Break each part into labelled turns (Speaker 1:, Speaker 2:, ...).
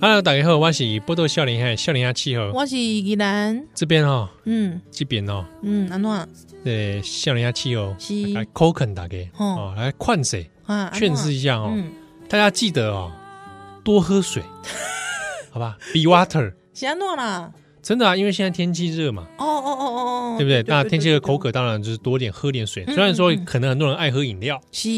Speaker 1: Hello，大家好，我是波多笑脸海笑脸下气候
Speaker 2: 我是宜兰，
Speaker 1: 哦这边哦，
Speaker 2: 嗯
Speaker 1: 这边哦，
Speaker 2: 嗯，安怎
Speaker 1: 呃，笑脸下气候
Speaker 2: 是
Speaker 1: 来 c o c o n 大家哦
Speaker 2: 哦，
Speaker 1: 来灌水，
Speaker 2: 啊？安怎
Speaker 1: 劝示一下哦，
Speaker 2: 嗯，
Speaker 1: 大家记得哦，多喝 水，好吧？Be water，
Speaker 2: 是安怎啦？
Speaker 1: 真的啊，因为现在天气热嘛，
Speaker 2: 哦哦哦哦哦，
Speaker 1: 对不对？那天气热，口
Speaker 2: 渴
Speaker 1: 渴，当然就是多点喝点水。
Speaker 2: 嗯
Speaker 1: 虽然说
Speaker 2: 嗯嗯
Speaker 1: 可能很多人爱喝饮料，
Speaker 2: 是。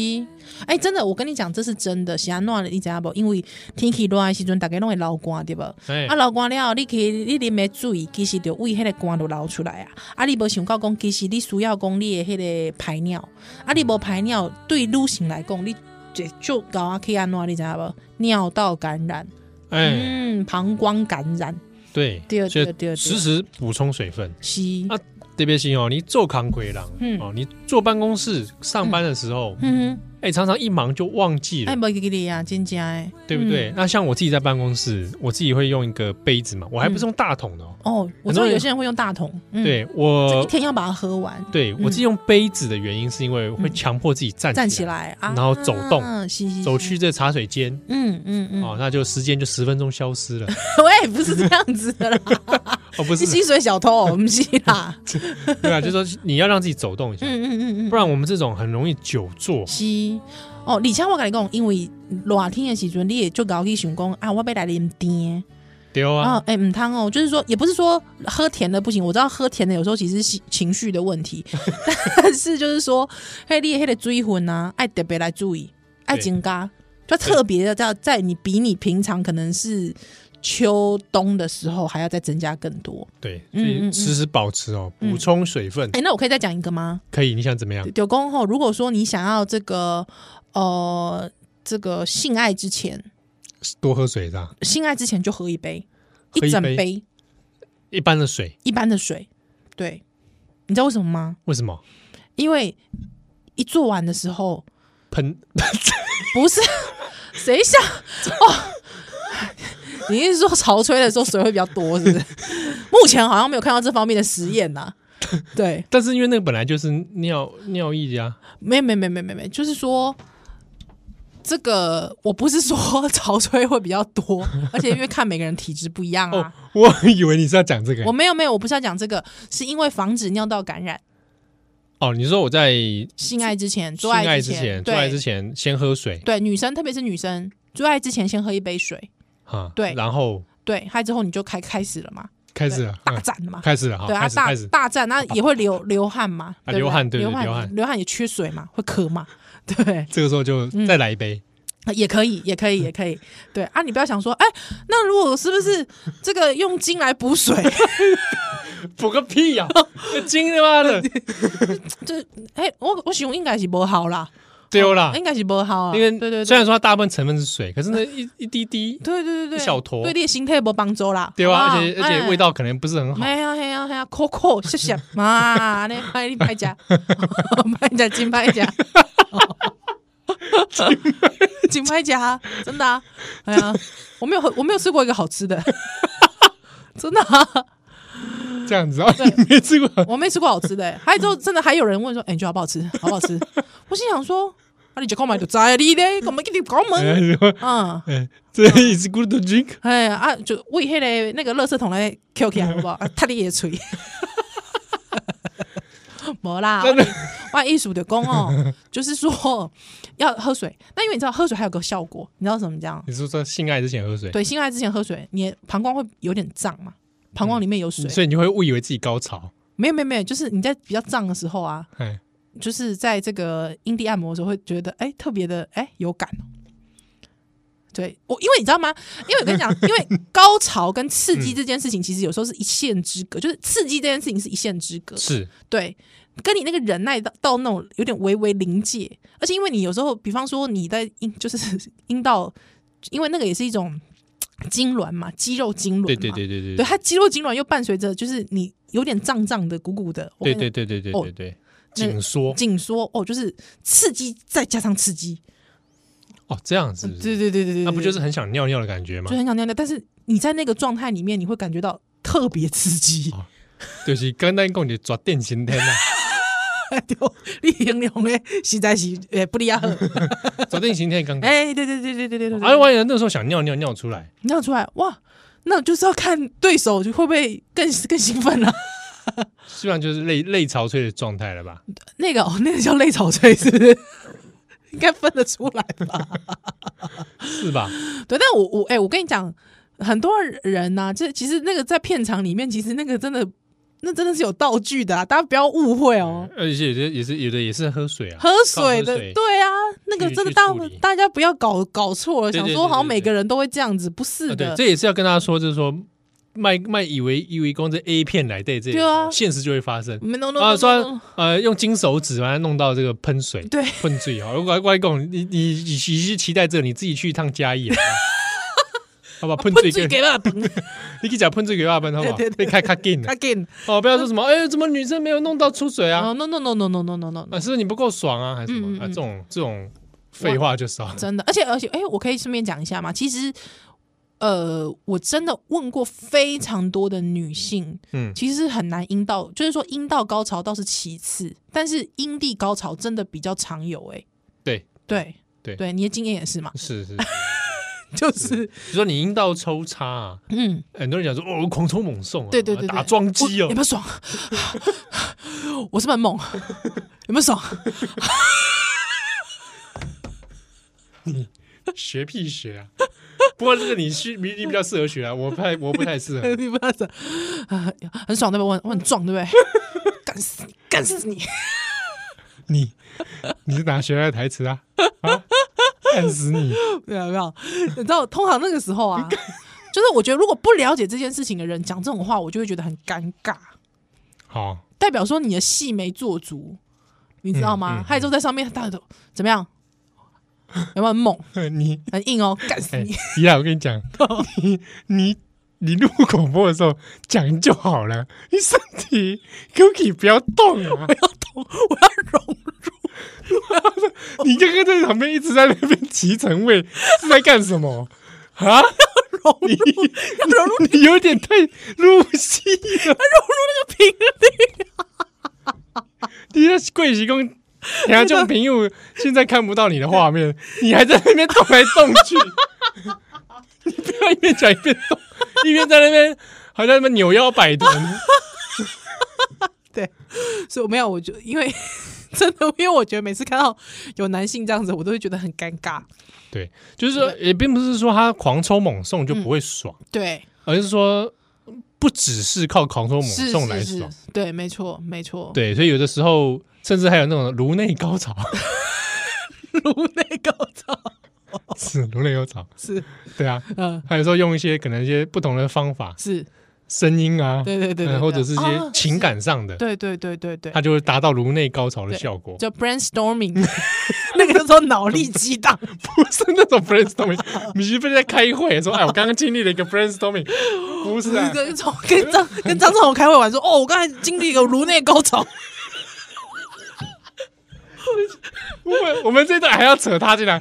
Speaker 2: 哎，真的，我跟你讲，这是真的。是安怎的，你知道不？因为天气热的时阵，大家拢会流汗，对不？啊，
Speaker 1: 哎，
Speaker 2: 流汗了后，你去你啉的水，其实就为迄个汗都流出来啊。啊，你无想到讲，其实你需要讲你的迄个排尿，啊，你无排尿，对女性来讲，你就就搞啊去安怎，你知道不？尿道感染，
Speaker 1: 哎，
Speaker 2: 嗯，膀胱感染。
Speaker 1: 对，
Speaker 2: 对
Speaker 1: 所以
Speaker 2: 对对对
Speaker 1: 时时补充水分。
Speaker 2: 是，
Speaker 1: 啊特别是哦，你做扛鬼狼
Speaker 2: 嗯
Speaker 1: 哦，你坐办公室上班的时候，
Speaker 2: 嗯
Speaker 1: 哎，常常一忙就忘记
Speaker 2: 哼，
Speaker 1: 了
Speaker 2: 哎，，袂记得啊，真正诶，
Speaker 1: 对不对
Speaker 2: 嗯？？
Speaker 1: 那像我自己在办公室，我自己会用一个杯子嘛，我还不是用大桶的哦。
Speaker 2: 哦，我
Speaker 1: 很多
Speaker 2: 知道
Speaker 1: 人
Speaker 2: 有些人会用大桶，嗯，
Speaker 1: 对
Speaker 2: 就一
Speaker 1: 我，
Speaker 2: 天要把它喝完，
Speaker 1: 对我自己用杯子的原因是因为我会强迫自己站
Speaker 2: 嗯站
Speaker 1: 起
Speaker 2: 起
Speaker 1: 来，
Speaker 2: 来啊，
Speaker 1: 然后走动
Speaker 2: 是是是
Speaker 1: 走去这茶水间
Speaker 2: 嗯嗯嗯，
Speaker 1: 哦，那就时间就十分钟消失 了。
Speaker 2: 喂，不是这样子的啦，
Speaker 1: 哦，不
Speaker 2: 你
Speaker 1: 是，
Speaker 2: 薪水小偷哦，不是啦，
Speaker 1: 对啊，就说你要让自己走动一下，
Speaker 2: 嗯嗯嗯嗯，
Speaker 1: 不然我们这种很容易久坐。
Speaker 2: 是。哦，而且我跟你讲，因为热天的时阵，你也就搞去想讲啊，我要来啉甜
Speaker 1: 对啊，
Speaker 2: 啊，哎、唔汤哦，就是说，也不是说喝甜的不行，我知道喝甜的有时候其实是情绪的问 题，但是就是说，黑你黑的追魂啊，爱特别来注意，爱
Speaker 1: 对
Speaker 2: 增加，就特别的在在你比你平常可能是秋冬的时候还要再增加更多。
Speaker 1: 对，所
Speaker 2: 嗯嗯
Speaker 1: 以
Speaker 2: 嗯
Speaker 1: 时时保持哦，
Speaker 2: 嗯
Speaker 1: 补充水分
Speaker 2: 哎、那我可以再讲一个吗？
Speaker 1: 可以。你想怎么样？
Speaker 2: 九公后，如果说你想要这个呃这个性爱之前，
Speaker 1: 多喝水是吧？
Speaker 2: 性爱之前就喝一杯，
Speaker 1: 喝一
Speaker 2: 整
Speaker 1: 杯
Speaker 2: 杯
Speaker 1: 一般的水，
Speaker 2: 一般的水，对，你知道为什么吗？
Speaker 1: 为什么
Speaker 2: 因为一做完的时候，
Speaker 1: 喷？
Speaker 2: 不是 谁想哦，你是说潮吹的时候水会比较多，是不是？目前好像没有看到这方面的实验呐、对，
Speaker 1: 但是因为那个本来就是尿尿液啊，
Speaker 2: 没没没没没没，就是说。这个我不是说潮吹会比较多， 而且因为看每个人体质不一样
Speaker 1: 哦
Speaker 2: 啊。，
Speaker 1: 我以为你是要讲这个
Speaker 2: 我。没有没有，我不是要讲这个，是因为防止尿道感染。
Speaker 1: 哦，你说我在
Speaker 2: 性爱之前，
Speaker 1: 性
Speaker 2: 做爱
Speaker 1: 爱
Speaker 2: 之
Speaker 1: 之前，做
Speaker 2: 对
Speaker 1: 爱之前先喝水
Speaker 2: 对女生，特别是女生，做爱之前先喝一杯水，
Speaker 1: 哈，
Speaker 2: 对
Speaker 1: 然后
Speaker 2: 对，嗨之后你就开开始了嘛，
Speaker 1: 开始了，
Speaker 2: 大
Speaker 1: 嗯
Speaker 2: 战了 嘛，
Speaker 1: 开始了，好，
Speaker 2: 对啊，
Speaker 1: 开始
Speaker 2: 大
Speaker 1: 开始，
Speaker 2: 大战，那也会流流汗嘛，
Speaker 1: 啊
Speaker 2: 对不对
Speaker 1: 流汗对对
Speaker 2: 流汗
Speaker 1: 流汗
Speaker 2: 流汗也缺水嘛，会渴嘛， 对，
Speaker 1: 这个时候就
Speaker 2: 嗯
Speaker 1: 再来一杯。
Speaker 2: 也可以，也可以，也可以，对啊，你不要想说，哎，那如果是不是这个用精来补水，
Speaker 1: 补个屁呀、金他妈 的
Speaker 2: 这哎，我我想应该是不好啦，
Speaker 1: 丢啦！
Speaker 2: 应该是不好啦，
Speaker 1: 啊因为
Speaker 2: 哎对对
Speaker 1: 虽
Speaker 2: 对
Speaker 1: 然说它大部分成分是水，可是 那一一滴滴，
Speaker 2: 对对对对，
Speaker 1: 一小坨
Speaker 2: 对你的心态不帮助啦，
Speaker 1: 对
Speaker 2: 好
Speaker 1: 吧？
Speaker 2: 不好
Speaker 1: 而且而且
Speaker 2: 哎
Speaker 1: 味道可能不是很好。
Speaker 2: 哎呀哎呀哎呀，苦苦 谢谢啊嘛，你拍你拍家，拍家金拍家，金拍家，真的啊！哎呀，我没有喝我没有吃过一个好吃的， 真的啊，
Speaker 1: 这样子啊，你没吃过
Speaker 2: 我没吃过好吃的。还有之后真的还有人问说，哎，你觉得好不好吃？好不好吃？我心想说，啊，你就购买就知道你嘞，干嘛给你搞门？
Speaker 1: 哎说
Speaker 2: 嗯，
Speaker 1: 哎，这 is good to drink。
Speaker 2: 哎呀啊，就为迄个那个垃圾桶来捡起来好 不好？啊，踢你也嘴。 无啦，
Speaker 1: 真的
Speaker 2: 我我艺术的功哦， 就是说要喝水。那因为你知道喝水还有个效果，你知道怎么讲？
Speaker 1: 你是说性爱之前喝水，
Speaker 2: 对，性爱之前喝水，你的膀胱会有点胀嘛，膀胱里面有水。
Speaker 1: 嗯所以你会误以为自己高潮。
Speaker 2: 没有没有没有，就是你在比较胀的时候啊，
Speaker 1: 哎，
Speaker 2: 就是在这个阴蒂按摩的时候，会觉得哎、特别的哎、有感哦。对我，因为你知道吗？因为我跟你讲，因为高潮跟刺
Speaker 1: 嗯
Speaker 2: 激这件事情，其实有时候是一线之隔，就是刺激这件事情是一线之隔，
Speaker 1: 是
Speaker 2: 对，跟你那个忍耐到到那种有点微微临界，而且因为你有时候，比方说你在阴就是 阴道，因为那个也是一种痉挛嘛，肌肉痉挛嘛，
Speaker 1: 对对对对
Speaker 2: 对，它肌肉痉挛又伴随着就是你有点胀胀的、鼓鼓的，我
Speaker 1: 对
Speaker 2: 跟你
Speaker 1: 对对对对
Speaker 2: 哦
Speaker 1: 对对，
Speaker 2: 那
Speaker 1: 紧缩
Speaker 2: 紧缩哦，就是刺激再加上刺激，
Speaker 1: 哦，这样子，
Speaker 2: 嗯对对对对对，
Speaker 1: 那不就是
Speaker 2: 对
Speaker 1: 很想尿尿的感觉吗
Speaker 2: 就？很想尿尿，但是你在那个状态里面，你会感觉到特别刺激
Speaker 1: 哦，就是刚刚讲的抓电刑天呐，
Speaker 2: 着你形容的实在是诶不离啊好。
Speaker 1: 早定形态刚刚。
Speaker 2: 哎，对对对对对对对
Speaker 1: 啊，
Speaker 2: 对，
Speaker 1: 万一那时候想尿尿尿出来，
Speaker 2: 尿出来哇，那就是要看对手会不会更更兴奋啊了、
Speaker 1: 基本上就是泪泪潮催的状态了吧？
Speaker 2: 那个哦，那个叫泪草吹是不是？ 应该分得出来吧？
Speaker 1: 是吧？
Speaker 2: 对，但我我哎、我跟你讲，很多人呐、这其实那个在片场里面，其实那个真的，那真的是有道具的啊，大家不要误会哦。
Speaker 1: 而且有的也是有的也是喝水啊，
Speaker 2: 喝水的，
Speaker 1: 靠喝水
Speaker 2: 对啊，那个
Speaker 1: 去
Speaker 2: 真的
Speaker 1: 去
Speaker 2: 大
Speaker 1: 处理
Speaker 2: 大家不要搞搞错了，
Speaker 1: 对
Speaker 2: 想
Speaker 1: 对
Speaker 2: 说
Speaker 1: 对
Speaker 2: 好像
Speaker 1: 对
Speaker 2: 每
Speaker 1: 对
Speaker 2: 个人都会这样子，不是
Speaker 1: 啊对
Speaker 2: 的，，
Speaker 1: 这也是要跟大家说，就是说卖卖以为以为光这 A 片来对这
Speaker 2: 对啊
Speaker 1: 现实就会发生。
Speaker 2: 没 no no
Speaker 1: 啊，
Speaker 2: no，no,
Speaker 1: 说
Speaker 2: no
Speaker 1: 呃，用金手指把它弄到这个喷水，
Speaker 2: 对
Speaker 1: 喷醉啊！我我讲，你你你你是期待这个，你自己去一趟嘉义啊， 好吧？喷
Speaker 2: 啊喷
Speaker 1: 醉
Speaker 2: 嘴
Speaker 1: 给，
Speaker 2: 给了，喷
Speaker 1: 你可以讲喷醉给爸喷，好不好
Speaker 2: 对对？对
Speaker 1: 被开卡进
Speaker 2: 他给你，
Speaker 1: 哦，不要说什么，哎，怎么女生没有弄到出水啊
Speaker 2: 哦？no no no no no no no no，
Speaker 1: 啊，是不是你不够爽啊，还是什么
Speaker 2: 嗯嗯
Speaker 1: 啊？
Speaker 2: 嗯
Speaker 1: 这种这种废话就少，
Speaker 2: 真的，而且而且，哎、我可以顺便讲一下嘛，其实。呃，我真的问过非常多的女性，
Speaker 1: 嗯，
Speaker 2: 其实很难阴道，就是说阴道高潮倒是其次，但是阴蒂高潮真的比较常有、欸，哎，
Speaker 1: 对
Speaker 2: 对
Speaker 1: 对
Speaker 2: 对，你的经验也 是嘛，
Speaker 1: 是是，
Speaker 2: 就是
Speaker 1: 你说你阴道抽插啊，
Speaker 2: 嗯，
Speaker 1: 很多人讲说哦，狂抽猛送啊，
Speaker 2: 对对对对
Speaker 1: 打桩机
Speaker 2: 我
Speaker 1: 哦
Speaker 2: 有没，有爽？ 我是不是很猛，有没有爽？
Speaker 1: 学屁学啊！不过这个你去你你比较适合学啊，我不太我不太适合。
Speaker 2: 你不要爽啊， 很爽对不对？我很我很壮对不对？ 干死你，干死你！
Speaker 1: 你你是哪学来的台词啊？啊，干死你！
Speaker 2: 没有没有，你知道，通常那个时候 啊，就是我觉得如果不了解这件事情的人讲这种话，我就会觉得很尴尬，
Speaker 1: 好，
Speaker 2: 代表说你的戏没做足，你知道吗？
Speaker 1: 嗯嗯
Speaker 2: 还有就在上面大家都怎么样？有没有 很猛
Speaker 1: 你
Speaker 2: 很硬哦？干死
Speaker 1: 哎
Speaker 2: 你！，
Speaker 1: 怡雅，我跟你讲，你你你录广播的时候讲就好了，你身体 Cookie 不要动啊！
Speaker 2: 我要融
Speaker 1: 你刚刚在旁边一直在那边提成位，是在干什 么啊？
Speaker 2: 融入
Speaker 1: 你你你有点太入戏了，
Speaker 2: 那个平
Speaker 1: 你那贵喜公。等下就屏幕现在看不到你的画面，你还在那边动来动去，你不要 一边讲一边动，一边在那边好像那边扭腰摆 臀，
Speaker 2: 对，所以我没有，我就因为 真的，因为我觉得每次看到有男性这样子，我都会觉得很尴尬。
Speaker 1: 对，就是说，也并不是说他狂抽猛送就不会爽，
Speaker 2: 对，
Speaker 1: 而是说不只是靠狂抽猛
Speaker 2: 是
Speaker 1: 送来
Speaker 2: 是
Speaker 1: 爽
Speaker 2: 是。，对，没错，没错，
Speaker 1: 对，所以有的时候甚至还有那种颅内高潮，
Speaker 2: 颅内高潮
Speaker 1: 是颅内高潮，
Speaker 2: 是，
Speaker 1: 对啊。
Speaker 2: 嗯、
Speaker 1: 还有时候用一些可能一些不同的方法，
Speaker 2: 是，
Speaker 1: 声音啊，
Speaker 2: 对对对对，
Speaker 1: 呃或者是一些
Speaker 2: 啊
Speaker 1: 情，感上的，
Speaker 2: 是对对对对对
Speaker 1: 它，就会达到颅内高潮的
Speaker 2: 对
Speaker 1: 效果，
Speaker 2: 叫 brainstorming，那 个叫做脑力激荡，
Speaker 1: 不是那种 brainstorming，你是不是在开会说，哎，我刚刚经历了一个 brainstorming，不是啊，
Speaker 2: 跟张跟张跟张总开会玩说，哦，我刚才经历一个颅内高潮，
Speaker 1: 我们我们这段还要扯他进 来，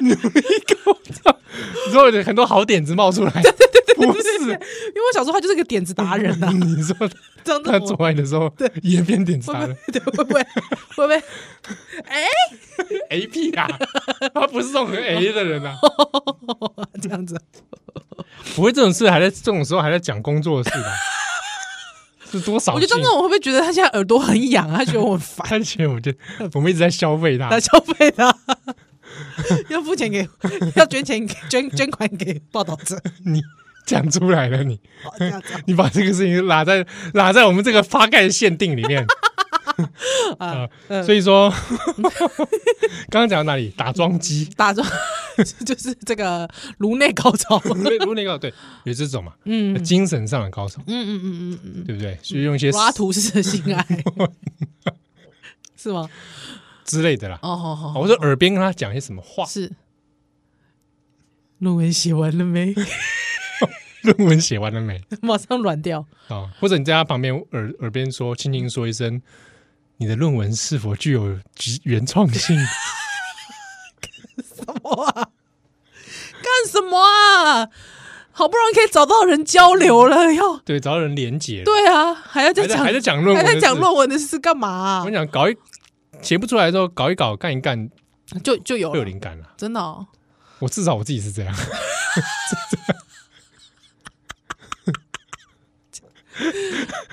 Speaker 1: 努力高潮，你说有很多好点子冒出来，不是？
Speaker 2: 因为我小时候他就是个点子达人呐、啊，
Speaker 1: 你说
Speaker 2: 张
Speaker 1: 他
Speaker 2: 总
Speaker 1: 做爱的时候也变点子
Speaker 2: 会
Speaker 1: 嗯他
Speaker 2: 不
Speaker 1: 了
Speaker 2: 会对会不会会不会？
Speaker 1: ，A P 啊，他不是这种很
Speaker 2: 哦
Speaker 1: A 的人啊，
Speaker 2: 这样子，
Speaker 1: 不会这种事还在这种时候还在讲工作的事吧？是多少
Speaker 2: 我
Speaker 1: 劲？
Speaker 2: 觉得张总会不会觉得他现在耳朵很痒啊？他觉得我很烦，
Speaker 1: 他觉得我就我们一直在消费他
Speaker 2: 他，消费他， 要付钱给， 要捐钱给捐捐款给报道者，
Speaker 1: 你讲出来了，你
Speaker 2: 好这样子啊
Speaker 1: 你把这个事情拉在拉在我们这个发盖限定里面。啊
Speaker 2: 啊，
Speaker 1: 所以说，刚刚讲到哪里？打桩机，
Speaker 2: 打中 就是这个颅内高潮，嗯
Speaker 1: 如如那个对，有这种嘛，
Speaker 2: 嗯
Speaker 1: 精神上的高手，
Speaker 2: 嗯嗯嗯嗯
Speaker 1: 对不对？所以用一些
Speaker 2: 嗯，拉图式的性爱是吗？
Speaker 1: 之类的啦。
Speaker 2: 哦，好好，好
Speaker 1: 我说耳边跟他讲些什么话，
Speaker 2: 是论文写完了没？
Speaker 1: 论文写完了没？
Speaker 2: 马上软掉，
Speaker 1: 啊，或者你在他旁边耳耳边说，轻轻说一声，你的论文是否具有极原创性？
Speaker 2: 什么啊？干什么啊？好不容易可以找到人交流了，要
Speaker 1: 对，找到人连结，
Speaker 2: 对啊，还要再
Speaker 1: 还在
Speaker 2: 讲，
Speaker 1: 还在讲论文，
Speaker 2: 还在讲。论文的事干嘛啊、
Speaker 1: 我跟你讲，搞一写不出来的时候，搞一搞，干一干，
Speaker 2: 就就有
Speaker 1: 会有
Speaker 2: 了，
Speaker 1: 灵感了。
Speaker 2: 真的、哦。
Speaker 1: 我至少我自己是这样，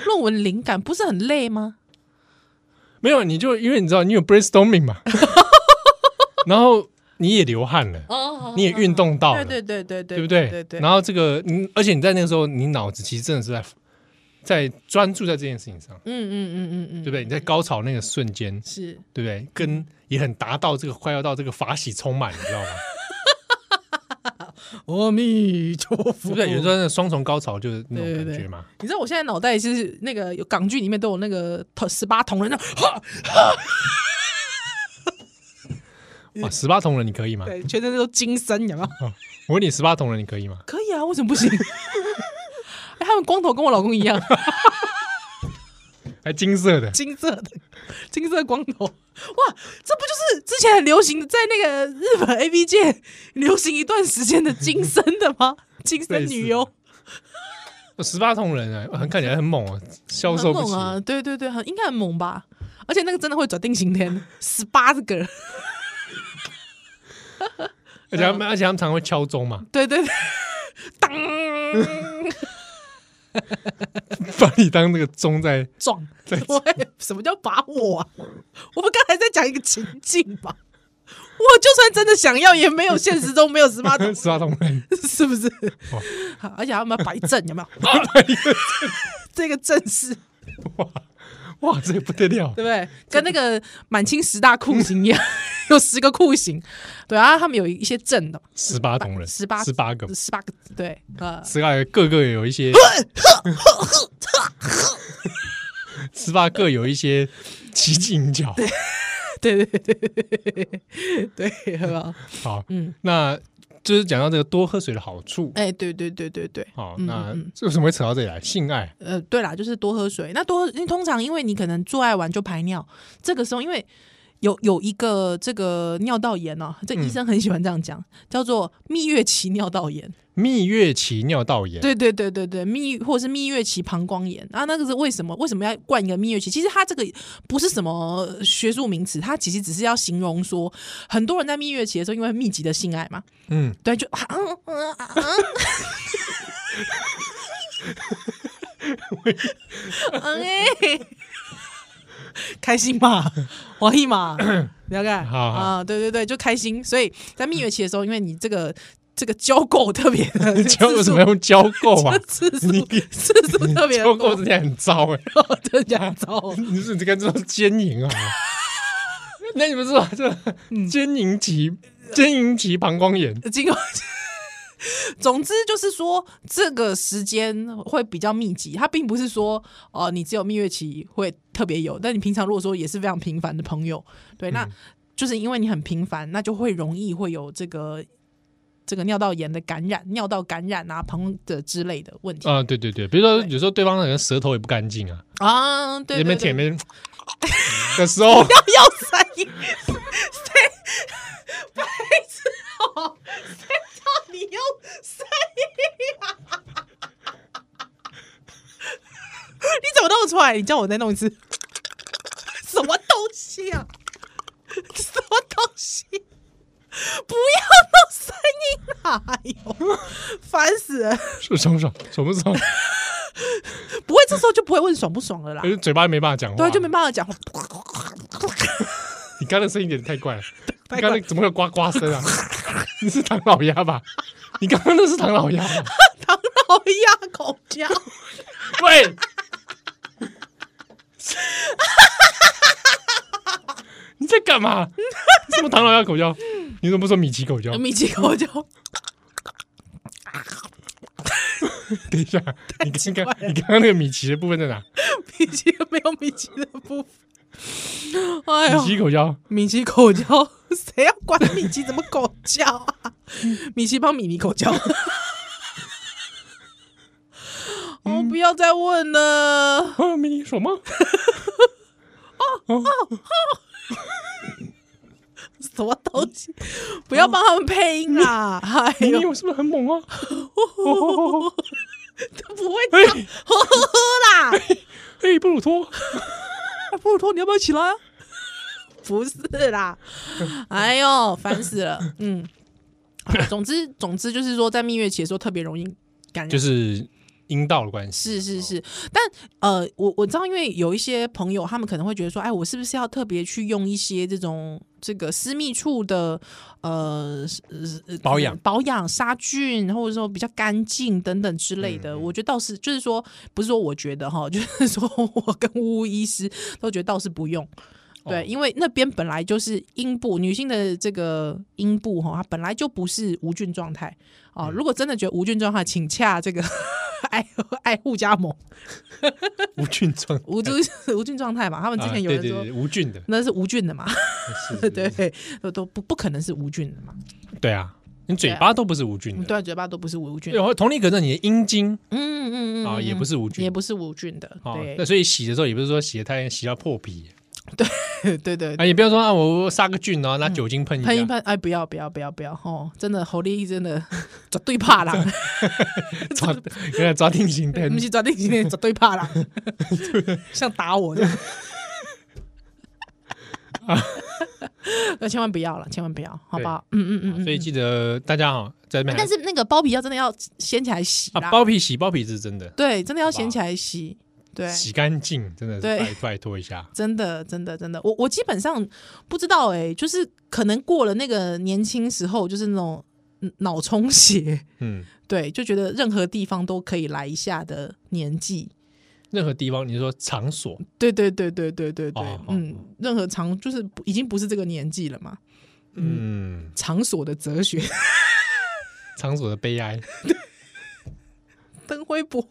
Speaker 2: 论文灵感不是很累吗？
Speaker 1: 没有你就因为你知道你有 brainstorming 嘛， 然后你也流汗了，
Speaker 2: 哦
Speaker 1: 你也运动到了，
Speaker 2: 对对对对对，
Speaker 1: 对不
Speaker 2: 对？
Speaker 1: 对？
Speaker 2: 对对。
Speaker 1: 然后这个，你而且你在那个时候，你脑子其实真的是在在专注在这件事情上，
Speaker 2: 嗯嗯嗯嗯嗯，
Speaker 1: 对不对？你在高潮那个瞬间，
Speaker 2: 是
Speaker 1: 对不对？跟也很达到这个快要到这个法喜充满，你知道吗？
Speaker 2: 阿弥陀
Speaker 1: 对
Speaker 2: 佛
Speaker 1: 不对？有时候那个双重高潮就是那种
Speaker 2: 对对
Speaker 1: 感
Speaker 2: 对
Speaker 1: 觉嘛。
Speaker 2: 你知道我现在脑袋是那个有港剧里面都有那个十八铜人那种，哈
Speaker 1: 哇，十八铜人你可以吗？
Speaker 2: 对，全身都金身，有没有？
Speaker 1: 我问你，十八铜人你可以吗？
Speaker 2: 可以啊，为什么 不行？哎，他们光头跟我老公一样，
Speaker 1: 还金色 的，
Speaker 2: 金色的金色光头，哇，这不就是之前很流行在那个日本 A V 界流行一段时间的金身的 吗？金身女优，
Speaker 1: 十八铜人啊，很看起来很猛哦，消
Speaker 2: 很
Speaker 1: 瘦不
Speaker 2: 猛
Speaker 1: 起。
Speaker 2: 啊，对对对，很应该很猛吧？而且那个真的会转定型天，十八个人，
Speaker 1: 而且他们，而且他们常会敲钟嘛，
Speaker 2: 对对对， 当
Speaker 1: 把你当那个钟在
Speaker 2: 撞，我什么叫把我、啊？我们刚才在讲一个情境吧。我就算真的想要，也没有现实中没有十八铜
Speaker 1: 十八铜人。
Speaker 2: 是不是？好而且他们要摆正，有没 有？这个正是，
Speaker 1: 哇哇，这不得了！
Speaker 2: 对不对？跟那个满清十大酷刑一样， 有十个酷刑。对啊，他们有一些正的，
Speaker 1: 十八铜人，
Speaker 2: 十八
Speaker 1: 十八个，
Speaker 2: 十八个，对，呃，
Speaker 1: 十八个各个有一些， 十八个有一些奇技淫巧。
Speaker 2: 对对对对对，好不好？
Speaker 1: 好，嗯，那就是讲到这个多喝水的好处。
Speaker 2: 哎，对对对对对。
Speaker 1: 好，那这为什么会扯到这里来？性爱，
Speaker 2: 呃，对啦，就是多喝水。那多，因为通常因为你可能做爱完就排尿，这个时候因为有有一个这个尿道炎哦，这医生很喜欢这样讲，叫做蜜月期尿道炎。
Speaker 1: 蜜月期尿道炎，
Speaker 2: 对对对对对，蜜或者是蜜月期膀胱炎啊，那个是为什么？为什么要冠一个蜜月期？其实它这个不是什么学术名词，它其实只是要形容说，很多人在蜜月期的时候，因为密集的性爱嘛，
Speaker 1: 嗯，
Speaker 2: 对，就啊嗯嗯啊嗯，嗯哎、开心嘛，欢喜嘛，了解？
Speaker 1: 好好
Speaker 2: 啊，对对对，就开心。所以在蜜月期的时候，因为你这个这个交媾特别的
Speaker 1: 交为
Speaker 2: 次
Speaker 1: 什
Speaker 2: 数
Speaker 1: 么要用交媾啊？
Speaker 2: 次数
Speaker 1: 你
Speaker 2: 次数特别
Speaker 1: 交媾
Speaker 2: 多，
Speaker 1: 之前很糟哎，
Speaker 2: 真的 很糟。
Speaker 1: 你是你刚知道奸 淫啊？那你们知道这奸淫期，奸淫期膀胱炎，
Speaker 2: 经过， 总之就是说，这个时间会比较密集。它并不是说，哦、你只有蜜月期会特别有，但你平常如果说也是非常频繁的朋友，对，那
Speaker 1: 嗯
Speaker 2: 就是因为你很频繁，那就会容易会有这个这个尿道炎的感染、尿道感染啊、膀的之类的问题
Speaker 1: 啊，对对对，比如说
Speaker 2: 对
Speaker 1: 有时候对方可能舌头也不干净啊，
Speaker 2: 啊。对
Speaker 1: 那
Speaker 2: 对
Speaker 1: 边
Speaker 2: 对
Speaker 1: 舔，那边的时候，
Speaker 2: 要塞，谁白痴哦？谁叫你用塞呀？你怎么弄出来？你叫我再弄一次，什么东西啊？什么东西？不要弄声音啦！哎呦，烦死了！
Speaker 1: 是爽不爽，爽不爽，
Speaker 2: 不会，这时候就不会问爽不爽了啦
Speaker 1: 而。且哎嘴巴没办法讲话，
Speaker 2: 对，就没。办法讲话。
Speaker 1: 你刚才声音有点太怪了，
Speaker 2: 太
Speaker 1: 你
Speaker 2: 怪
Speaker 1: 刚才怎么会有呱呱声啊？你是唐老鸭吧？你刚刚那是唐老鸭吧？
Speaker 2: 唐老鸭口交。
Speaker 1: 喂，你在干嘛？什么唐老鸭口交？你怎么不说米奇口交？
Speaker 2: 米奇口交，
Speaker 1: 等一下，你刚
Speaker 2: 怪
Speaker 1: 刚
Speaker 2: 了
Speaker 1: 你刚刚那个米奇的部分在哪？
Speaker 2: 米奇没有米奇的部分。哎
Speaker 1: 米
Speaker 2: 呦，
Speaker 1: 奇口交，
Speaker 2: 米奇口交，谁要管米奇怎么口交啊？米奇帮米妮口交。哦，不要再问了，
Speaker 1: 啊，米妮爽吗？
Speaker 2: 什什么东西？不要帮他们配音啦！哎
Speaker 1: 你
Speaker 2: 呦，
Speaker 1: 有是不是很猛啊？
Speaker 2: 他不会
Speaker 1: 哎
Speaker 2: 唱，呵呵呵啦！
Speaker 1: 嘿，布鲁托，
Speaker 2: 布鲁托，你要不要起来啊？ 不是啦，哎呦，烦死了。嗯， 好总之，总之就是说，在蜜月期的时候特别容易感染，
Speaker 1: 就是阴道的关系。
Speaker 2: 是是是，但呃，我我知道，因为有一些朋友，他们可能会觉得说，哎，我是不是要特别去用一些这种这个私密处的呃是呃
Speaker 1: 保养
Speaker 2: 保养杀菌，或者说比较干净等等之类的？我觉得倒是就是说，不是说我觉得哈， 就是说我跟呜呜医师都觉得倒是不用。对，
Speaker 1: 哦
Speaker 2: 因为那边本来就是阴部，女性的这个阴部哈，它本来就不是无菌状态哦。
Speaker 1: 嗯
Speaker 2: 如果真的觉得无菌状态，请洽这个 爱爱护加盟
Speaker 1: 无菌状，
Speaker 2: 无菌 无菌状态嘛。他们之前有
Speaker 1: 哎
Speaker 2: 人
Speaker 1: 啊对
Speaker 2: 说、
Speaker 1: 对对无菌的，
Speaker 2: 那是无菌的嘛，
Speaker 1: 是是
Speaker 2: 对，都都不不可能是无菌的嘛。
Speaker 1: 对啊，你嘴巴都不是无菌的。
Speaker 2: 对啊，嘴巴都不是无菌，
Speaker 1: 然后同理可证，你的阴茎
Speaker 2: 嗯嗯嗯
Speaker 1: 哎啊
Speaker 2: 嗯
Speaker 1: 也不是无
Speaker 2: 也
Speaker 1: 菌
Speaker 2: 不是无菌的，
Speaker 1: 啊，
Speaker 2: 对
Speaker 1: 那所以洗的时候也不是说洗的太洗到破皮
Speaker 2: 对对。
Speaker 1: 啊，也不要说啊我杀个菌然后拿酒精喷一
Speaker 2: 嗯喷一
Speaker 1: 下，
Speaker 2: 喷，哎，不要不要不要不要！哦，真的，侯力真的 绝对 怕啦，
Speaker 1: 抓原来抓定型灯
Speaker 2: 不，是抓定今天绝对 怕啦，像打我这样。那千万不要了，千万不要，好不好？嗯嗯嗯嗯。
Speaker 1: 哦所以记得大家哈在那边还
Speaker 2: 但是那个包皮要真的要掀起来洗啦
Speaker 1: 啊，包皮洗包皮是真的，
Speaker 2: 对，真的要
Speaker 1: 好吧
Speaker 2: 掀起来洗，对。
Speaker 1: 洗干净真的
Speaker 2: 对
Speaker 1: 是拜拜托一下，
Speaker 2: 真的，真的，真的，我我基本上不知道哎、就是可能过了那个年轻时候，就是那种嗯脑充血，
Speaker 1: 嗯，
Speaker 2: 对，就觉得任何地方都可以来一下的年纪，
Speaker 1: 任何地方你说场所
Speaker 2: 对对对对对对对，
Speaker 1: 哦
Speaker 2: 嗯，任何场就是不已经不是这个年纪了嘛，
Speaker 1: 嗯
Speaker 2: 场所的哲学，
Speaker 1: 场所的悲哀，
Speaker 2: 登辉伯，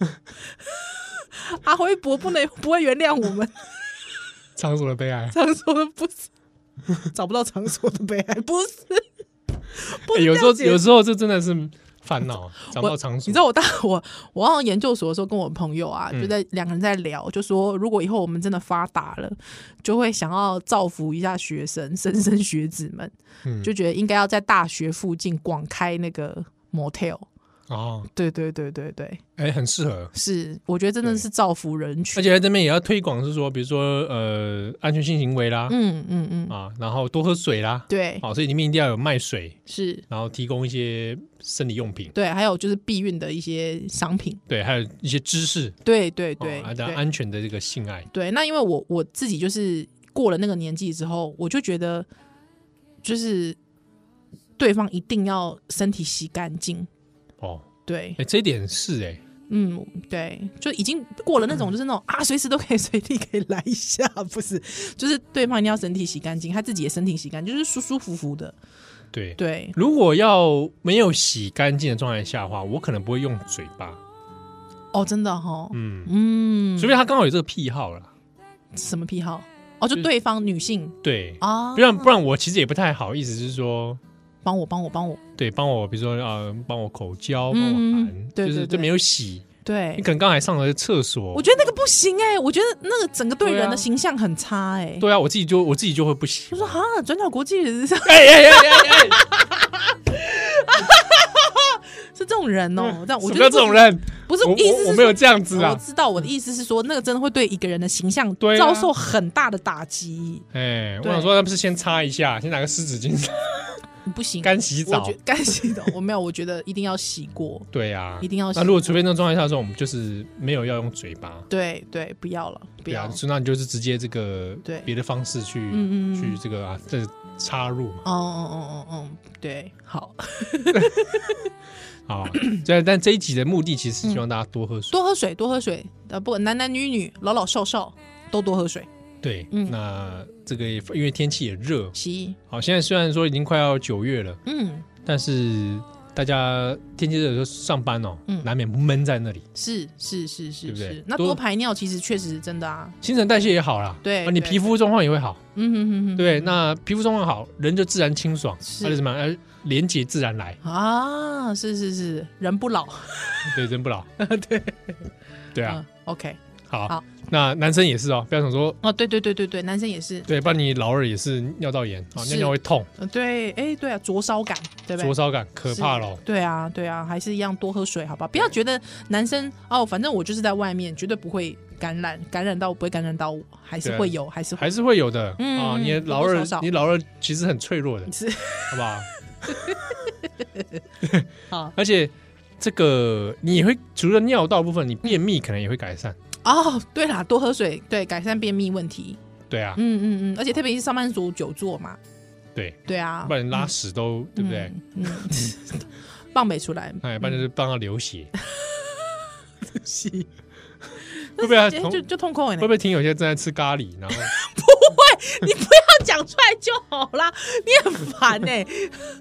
Speaker 2: 阿辉伯不能不会原谅我们，
Speaker 1: 场所的悲哀，
Speaker 2: 场所的不是找不到场所的悲哀，不是，不
Speaker 1: 哎
Speaker 2: 是
Speaker 1: 有
Speaker 2: 这
Speaker 1: 时
Speaker 2: 样
Speaker 1: 候
Speaker 2: 解释
Speaker 1: 有时候这真的是烦恼，找不到场所，
Speaker 2: 你知道我大 我我好像研究所的时候跟我朋友
Speaker 1: 嗯
Speaker 2: 啊，就在两个人在聊，就说如果以后我们真的发达了，就会想要造福一下学生莘莘学子们，
Speaker 1: 嗯
Speaker 2: 就觉得应该要在大学附近广开那个 motel。
Speaker 1: 哦，
Speaker 2: 对对对对对，
Speaker 1: 哎，很适合。
Speaker 2: 是，我觉得真的是造福人
Speaker 1: 而
Speaker 2: 群。
Speaker 1: 且在这边也要推广，是说，比如说，呃，安全性行为啦，
Speaker 2: 嗯嗯嗯，
Speaker 1: 啊，然后多喝水啦，
Speaker 2: 对，
Speaker 1: 好、哦所以里面一定要有卖水，
Speaker 2: 是，
Speaker 1: 然后提供一些生理用品，
Speaker 2: 对，还有就是避孕的一些商品。
Speaker 1: 对，还有一些知识，
Speaker 2: 对对对，
Speaker 1: 啊，
Speaker 2: 对
Speaker 1: 然后安全的这个性爱，
Speaker 2: 对，那因为我我自己就是过了那个年纪之后，我就觉得就是对方一定要身体洗干净。
Speaker 1: 哦，
Speaker 2: 对
Speaker 1: 哎、，这一点是哎、
Speaker 2: 嗯，对，就已经过了 那种，就是那种啊，随时都可以随地可以来一下，不是？就是对方一定要身体洗干净，他自己也身体洗干净，就是舒舒服服的。
Speaker 1: 对，
Speaker 2: 对，
Speaker 1: 如果要没有洗干净的状态下的话，我可能不会用嘴巴，
Speaker 2: 哦，真的哈、哦，
Speaker 1: 嗯，
Speaker 2: 嗯，
Speaker 1: 除非他刚好有这个癖好啦，
Speaker 2: 什么癖好？哦，就
Speaker 1: 就是哦
Speaker 2: 对方女性
Speaker 1: 对，
Speaker 2: 啊
Speaker 1: 不，然不然我其实也不太好意思，就是说。
Speaker 2: 帮我，帮我，帮我，
Speaker 1: 对，帮我，比如说呃，帮我口交，帮我
Speaker 2: 嗯
Speaker 1: 含，
Speaker 2: 对
Speaker 1: 就是
Speaker 2: 对
Speaker 1: 就
Speaker 2: 对
Speaker 1: 没有洗。
Speaker 2: 对
Speaker 1: 你，可能刚才上了厕所，
Speaker 2: 我觉得那个不行哎、我觉得那个整个对
Speaker 1: 对
Speaker 2: 人
Speaker 1: 啊
Speaker 2: 的形象很差哎、
Speaker 1: 对啊，我自己就我自己就会不喜
Speaker 2: 就
Speaker 1: 欢。
Speaker 2: 说哈，转角国际人 是
Speaker 1: 哎哎哎哎哎，
Speaker 2: 是这种人哦、但
Speaker 1: 嗯
Speaker 2: 我
Speaker 1: 什么
Speaker 2: 觉得
Speaker 1: 叫这种人？
Speaker 2: 不是
Speaker 1: 我
Speaker 2: 意思
Speaker 1: 我
Speaker 2: 是
Speaker 1: 我没有这样子
Speaker 2: 说我
Speaker 1: 啊。
Speaker 2: 知道我的意思是说，那个真的会对一个人的形象
Speaker 1: 对啊
Speaker 2: 遭受很大的打击，
Speaker 1: 哎，我
Speaker 2: 对
Speaker 1: 想说，那不是先擦一下，先拿个湿纸巾
Speaker 2: 不行。
Speaker 1: 干洗
Speaker 2: 我
Speaker 1: 澡
Speaker 2: 觉？ 干洗澡，我没有，我觉得一定要洗过。
Speaker 1: 对呀，
Speaker 2: 一定要洗
Speaker 1: 那如果除非那种状态下说，我们就是没有要用嘴巴，
Speaker 2: 对对，不要了，不
Speaker 1: 对
Speaker 2: 要
Speaker 1: 啊，
Speaker 2: 了。
Speaker 1: 所以那你就是直接这个
Speaker 2: 对
Speaker 1: 别的方式去
Speaker 2: 嗯嗯嗯
Speaker 1: 去这个啊这插入嘛。
Speaker 2: 哦哦哦哦哦，对，好，
Speaker 1: 啊，对，但这一集的目的其实希望大家多喝水。
Speaker 2: 多喝水，多喝水。呃，不管男男女女、老老少少，都多喝水。
Speaker 1: 对，
Speaker 2: 嗯
Speaker 1: 那这个也因为天气也热，
Speaker 2: 洗，
Speaker 1: 好，现在虽然说已经快要九月了，
Speaker 2: 嗯，
Speaker 1: 但是大家天气热的时候上班哦，
Speaker 2: 嗯
Speaker 1: 难免闷在那里，
Speaker 2: 是是是
Speaker 1: 对
Speaker 2: 是
Speaker 1: 不对
Speaker 2: 是。那
Speaker 1: 多
Speaker 2: 多排尿其实确实是真的啊。
Speaker 1: 新陈代谢也好啦，
Speaker 2: 对
Speaker 1: 啊你
Speaker 2: 对
Speaker 1: 皮肤状况也会好，
Speaker 2: 嗯哼哼哼，
Speaker 1: 对不对，那皮肤状况好，人就自然清爽，
Speaker 2: 是
Speaker 1: 而且什么，呃，廉洁自然 来，
Speaker 2: 啊，是是是，人不老。
Speaker 1: 对，人不老，对，对啊，
Speaker 2: 嗯、，OK，
Speaker 1: 好，
Speaker 2: 好
Speaker 1: 那男生也是哦，不要想说，
Speaker 2: 哦，对对对对对，男生也是，
Speaker 1: 对，不然你老二也是尿道炎，啊，
Speaker 2: 是
Speaker 1: 尿尿会痛，
Speaker 2: 呃对，哎，对啊，灼烧感，对不对
Speaker 1: 灼？烧感可怕咯。
Speaker 2: 对啊，对啊，还是一样多喝水，好吧？不要觉得男生哦，反正我就是在外面，绝对不会感染，感染到不会感染到我，还是
Speaker 1: 对啊
Speaker 2: 会有，还是会
Speaker 1: 还是会有的
Speaker 2: 嗯
Speaker 1: 啊。你的
Speaker 2: 多多
Speaker 1: 老二
Speaker 2: 少少，
Speaker 1: 你老二其实很脆弱的，
Speaker 2: 是
Speaker 1: 好不好？
Speaker 2: 好
Speaker 1: 而且这个你也会除了尿道部分，你便秘可能也会改善。
Speaker 2: 哦，对啦，多喝水，对，改善便秘问题。
Speaker 1: 对啊，
Speaker 2: 嗯嗯嗯，而且特别是上班族久坐嘛，
Speaker 1: 对，
Speaker 2: 对啊，
Speaker 1: 不然拉屎都对不对？
Speaker 2: 嗯？嗯， 棒北出来，
Speaker 1: 哎，不然就是帮他流 血，
Speaker 2: 是，
Speaker 1: 会不会还
Speaker 2: 哎
Speaker 1: 同
Speaker 2: 就就痛苦哎，
Speaker 1: 会不会听有些正在吃咖喱，然后
Speaker 2: 你不要讲出来就好啦，你很 烦哎、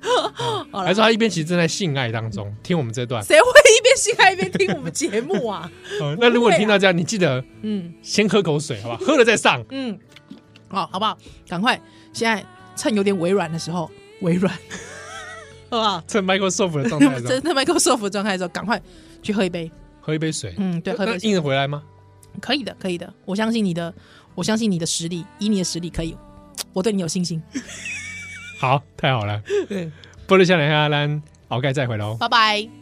Speaker 2: 好
Speaker 1: 还
Speaker 2: 了
Speaker 1: 是，他一边其实正在性爱当中，听我们这 段？
Speaker 2: 谁会一边性爱一边听我们节 目啊？
Speaker 1: 呃那如果你听到这样，你记得
Speaker 2: 嗯
Speaker 1: 先喝口水，好吧？喝了再上。
Speaker 2: 嗯，好，好不好？赶快，现在趁有点微软的时候，微软， 好不好？
Speaker 1: 趁 Microsoft 的状态
Speaker 2: 这
Speaker 1: 中，
Speaker 2: 在 Microsoft 状态的时候，赶快去喝一杯。
Speaker 1: 喝一杯水。
Speaker 2: 嗯，对，喝一
Speaker 1: 那
Speaker 2: 杯水
Speaker 1: 硬得回来吗？
Speaker 2: 可以的，可以的，我相信你的，我相信你的实力，以你的实力可以，我对你有信心。
Speaker 1: 啊好，太好了。不如下来下咱后盖再回喽。
Speaker 2: 拜拜。